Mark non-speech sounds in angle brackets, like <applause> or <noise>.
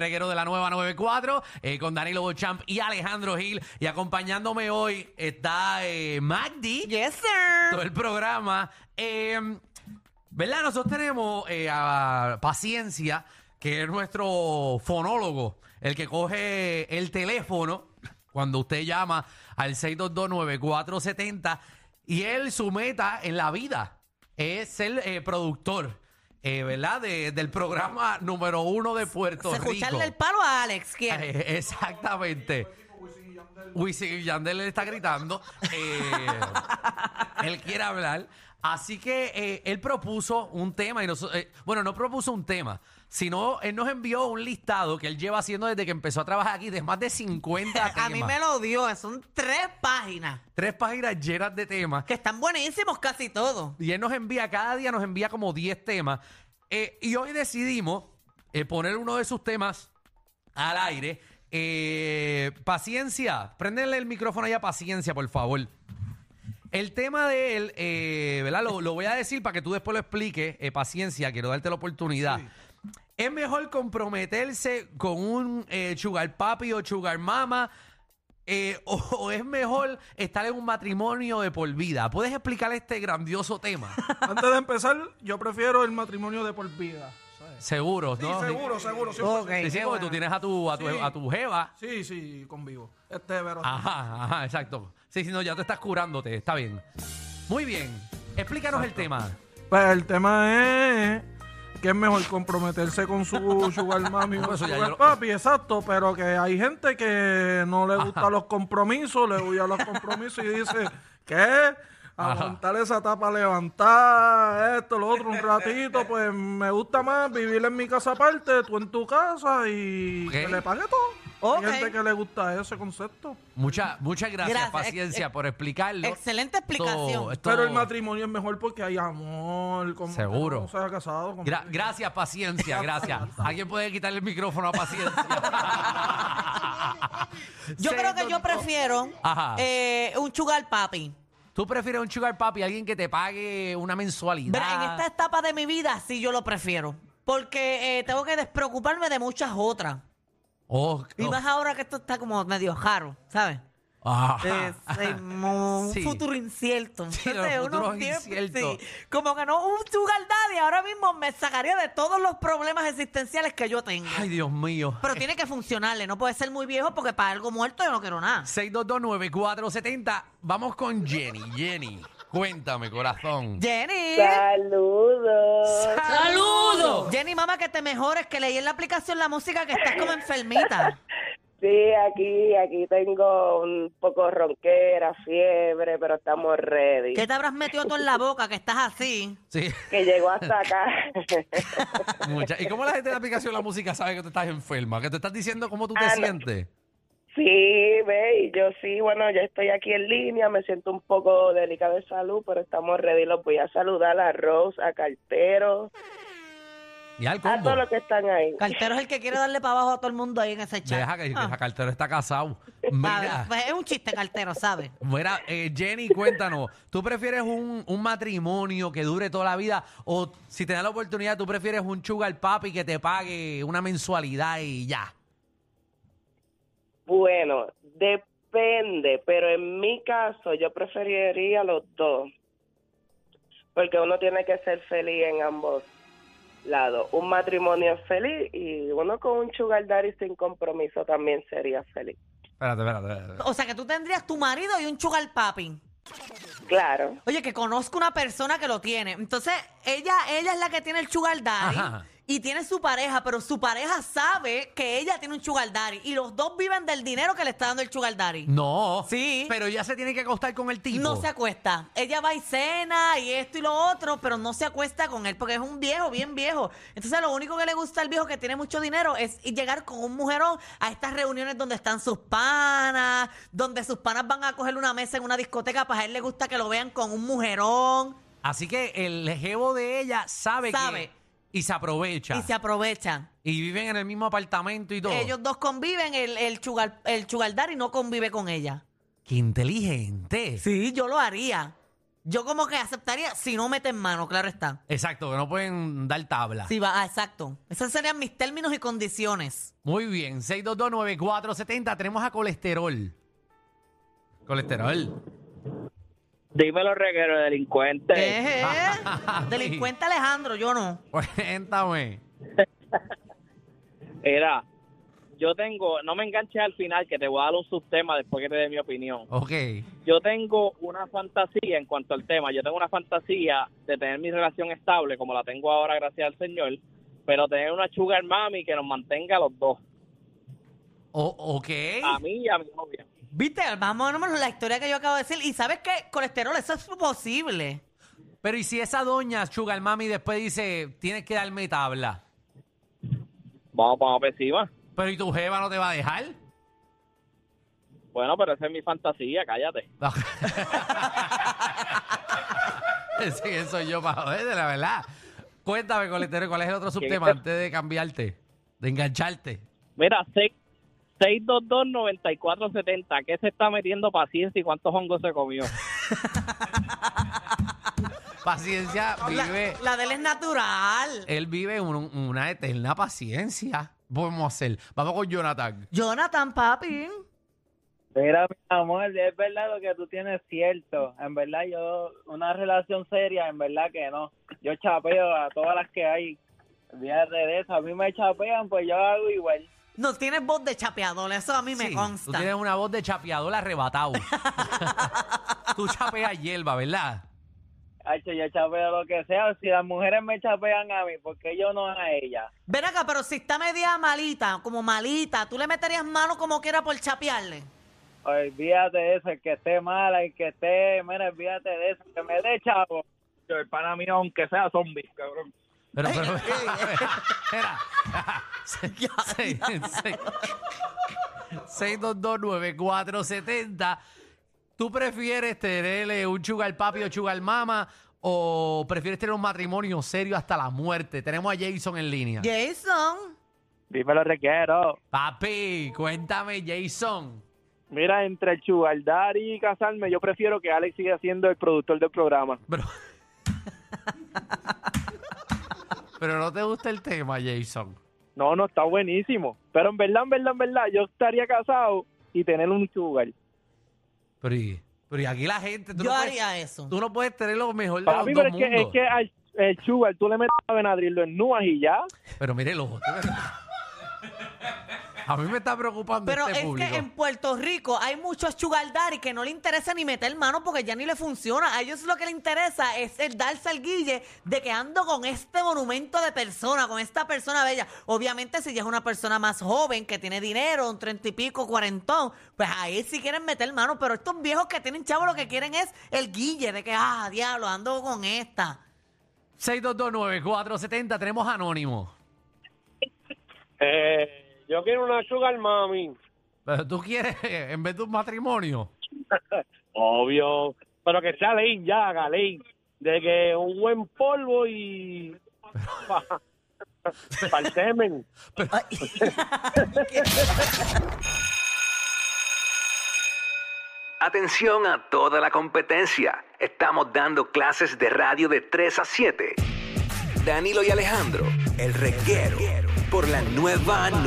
Reguero de la nueva 94 eh, con Danilo Bochamp y Alejandro Gil. Y acompañándome hoy está eh, Magdi, Yes, todo sir. el programa. Eh, ¿Verdad? Nosotros tenemos eh, a Paciencia, que es nuestro fonólogo, el que coge el teléfono cuando usted llama al 622-9470 y él su meta en la vida es ser eh, productor. eh, ¿Verdad? De- del programa número uno de Puerto Se Rico. escucharle el palo a Alex, <laughs> que Eh, <laughs> Exactamente. Wisin y Yandel le está gritando. Eh, <laughs> él quiere hablar. Así que eh, él propuso un tema. y noso- eh, Bueno, no propuso un tema, sino él nos envió un listado que él lleva haciendo desde que empezó a trabajar aquí de más de 50 temas. <laughs> a mí me lo dio. Son tres páginas Tres páginas llenas de temas. que están buenísimos casi todos. Y él nos envía, cada día nos envía como 10 temas. Eh, y hoy decidimos eh, poner uno de sus temas al aire. Eh, paciencia, prendenle el micrófono ahí a paciencia, por favor. El tema de él, eh, ¿verdad? Lo, lo voy a decir para que tú después lo expliques. Eh, paciencia, quiero darte la oportunidad. Es mejor comprometerse con un eh, sugar papi o sugar mama eh, o, o es mejor estar en un matrimonio de por vida. ¿Puedes explicar este grandioso tema? Antes de empezar, yo prefiero el matrimonio de por vida. ¿sabes? Seguro, Sí, ¿no? seguro, seguro. sí, Ok. sí. Sí, sí, qué porque bueno. tú tienes a tu, a tu, Sí. a tu jeva. Sí, sí, convivo. Este, pero. Ah. Ajá, ajá, exacto. Sí, sí, no, ya te estás curándote, está bien. Muy bien, explícanos el tema. Pues el tema es que es mejor comprometerse <laughs> con su sugar mami o Bueno, Pues eso ya sugar yo lo- papi, exacto, pero que hay gente que no le Ajá. gustan los compromisos, le huye a los compromisos y dice, ¿qué? Aguantar esa tapa, levantar esto, lo otro, <laughs> un ratito, pues me gusta más vivir en mi casa aparte, tú en tu casa y Ok. que le pague todo. Ok. Hay gente que le gusta ese concepto. Mucha, muchas gracias, Gracias, paciencia, ex- por explicarlo. Excelente explicación. Esto- Pero el matrimonio es mejor porque hay amor. como que Seguro. No se ha casado. como Gra- que- gracias, paciencia, gracias. ¿Alguien puede quitarle el micrófono a <laughs> paciencia? Yo creo que yo prefiero este, Ajá. eh, un sugar papi. ¿Tú prefieres un sugar papi, alguien que te pague una Pero en mensualidad? esta etapa de mi vida sí yo lo prefiero. Porque eh, tengo que despreocuparme de muchas otras. Oh, Y oh. más ahora que esto está como medio jaro, ¿sabes? Ajá. Es, eh, mo- un Sí. futuro incierto. Sí, los Entonces, futuros tiempos, inciertos. sí. como que no, un sugar daddy ahora mismo me sacaría de todos los problemas existenciales que yo tengo. Ay, Dios mío. Pero tiene que funcionarle, no puede ser muy viejo porque para algo muerto yo no quiero nada. 6229470. Vamos con Jenny. Jenny, cuéntame, corazón. Jenny. Saludos. ¡Saludos! Jenny, mamá, que te mejores, que leí en la aplicación la música que estás como enfermita. Sí, aquí, aquí tengo un poco ronquera, fiebre, pero estamos ready. ¿Qué te habrás metido tú en la boca que estás así? Sí, <laughs> Que llegó hasta acá. <laughs> mucha- ¿Y cómo la gente de la aplicación de la música sabe que tú estás enferma? Que te estás diciendo cómo tú te Ah, no. sientes. sí, ve, y yo sí, bueno, ya estoy aquí en línea, me siento un poco delicada de salud, pero estamos ready. Los voy a saludar a Rose, a Cartero, Y al a combo. todos los que están ahí. Cartero es el que quiere darle para abajo a todo el mundo ahí en ese chat. Deja que que Ah, esa cartera está casado. <laughs> a ver, Mira, pues es un chiste cartero, ¿sabes? mira eh, Jenny, cuéntanos. ¿Tú prefieres un, un matrimonio que dure toda la vida? O si te da la oportunidad, ¿tú prefieres un sugar papi que te pague una mensualidad y ya? Bueno, depende, pero en mi caso yo preferiría los dos, porque uno tiene que ser feliz en ambos lados. Un matrimonio feliz y uno con un sugar daddy sin compromiso también sería feliz. Espérate, espérate. espérate. O sea, que tú tendrías tu marido y un sugar papi. Claro, Oye, que conozco una persona que lo tiene. Entonces, ella, ella es la que tiene el sugar daddy Ajá. y tiene su pareja, pero su pareja sabe que ella tiene un sugar daddy y los dos viven del dinero que le está dando el sugar daddy. Mm. No. Sí. Pero ya se tiene que acostar con el tipo. No se acuesta. Ella va y cena y esto y lo otro, pero no se acuesta con él porque es un viejo, bien viejo. Entonces, lo único que le gusta al viejo que tiene mucho dinero es ir- llegar con un mujerón a estas reuniones donde están sus panas, donde sus panas van a coger una mesa en una discoteca. Para él le gusta que lo vean con un mujerón Así que el jevo de ella sabe, Sabe. que y se aprovecha. y se aprovechan. Y viven en el mismo apartamento y todo. Ellos dos conviven, el, el, chugal, el chugaldari no convive con ella. Qué inteligente. Sí, yo lo haría. Yo como que aceptaría si no meten mano, claro está. Exacto, que no pueden dar tabla. Sí, va, ah, exacto. Esos serían mis términos y condiciones. Muy bien, 6229470. Tenemos a colesterol. Colesterol. <laughs> Dímelo, reguero delincuente. ¿Qué? <laughs> Delincuente Alejandro, yo no. Cuéntame. Era, yo tengo, no me enganches al final, que te voy a dar un subtema después que te dé mi opinión. Ok. Yo tengo una fantasía en cuanto al tema. Yo tengo una fantasía de tener mi relación estable, como la tengo ahora, gracias al Señor, pero tener una sugar mami que nos mantenga a los dos, O- ok. Ah. a mí y a mi novia. Viste, vamos a nomás la historia que yo acabo de decir. Y sabes qué, colesterol, eso es posible. Pero ¿y si esa doña Sugar Mami después dice, tienes que darme tabla? Vamos, vamos para encima. Pero ¿y tu jeva no te va a dejar? Bueno, pero esa es mi fantasía, cállate. <laughs> sí, eso soy yo para joder, de la verdad. Cuéntame, colesterol, ¿cuál es el otro subtema te- antes de cambiarte? De engancharte. Mira, seis- 622-9470, ¿qué se está metiendo paciencia y cuántos hongos se comió? Paciencia La, vive. la de él es natural. Él vive un- una eterna paciencia. Podemos hacer. Vamos con Jonathan. Jonathan, papi. Mira, mi amor, es verdad lo que tú tienes cierto. En verdad, yo, una relación seria, en verdad que no. Yo chapeo a todas las que hay. Olvídate de eso. A mí me chapean, pues yo hago igual. No tienes voz de chapeador, eso a mí me Sí, Tú consta. tienes una voz de chapeador <laughs> arrebatado. tú chapeas hierba, ¿verdad? Hacho, yo chapeo lo que sea. Si las mujeres me chapean a mí, ¿por qué yo no a ellas? Ven acá, pero si está media malita, como malita, ¿tú le meterías mano como quiera por chapearle? Olvídate de eso. El que esté mala, el que esté... Mira, olvídate de eso. Que me dé chavo. Yo, el pana mío, aunque sea zombie, cabrón. Pero, pero, <laughs> espera. <laughs> 6229470. ¿Tú prefieres tenerle un sugar papi o sugar mama o prefieres tener un matrimonio serio hasta la muerte? Tenemos a Jason en línea. Jason. Dímelo, requiero. Papi, cuéntame, Jason. Mira, entre el chugaldar y casarme, yo prefiero que Alex siga siendo el productor del programa. Pero, <laughs> pero no te gusta el tema, Jason. No, no, está buenísimo. Pero en verdad, en verdad, en verdad, yo estaría casado y tener un chugal. Pero, y- pero y aquí la gente, tú, Yo no, puedes, haría eso. tú no puedes tener lo mejor de Papi, los pero dos es que, mundos. es que al el chugal tú le metes a Benadryl, lo ennúas y ya. Pero mire el ojo. A mí me está preocupando Pero este es público. que en Puerto Rico hay muchos sugar daddy que no le interesa ni meter mano porque ya ni le funciona. A ellos lo que les interesa es el darse al guille de que ando con este monumento de persona, con esta persona bella. Obviamente, si ya es una persona más joven que tiene dinero, un treinta y pico, cuarentón, pues ahí sí quieren meter mano. Pero estos viejos que tienen chavos lo que quieren es el guille de que, ah, diablo, ando con esta. 6229470, tenemos anónimo. Eh, yo quiero una sugar mami, Pero tú quieres, en vez de un matrimonio. obvio, pero que sea ley ya, haga ley, de que un buen polvo y para el semen. Atención a toda la competencia. Estamos dando clases de radio de 3 a 7. Danilo y Alejandro, el reguero, por la nueva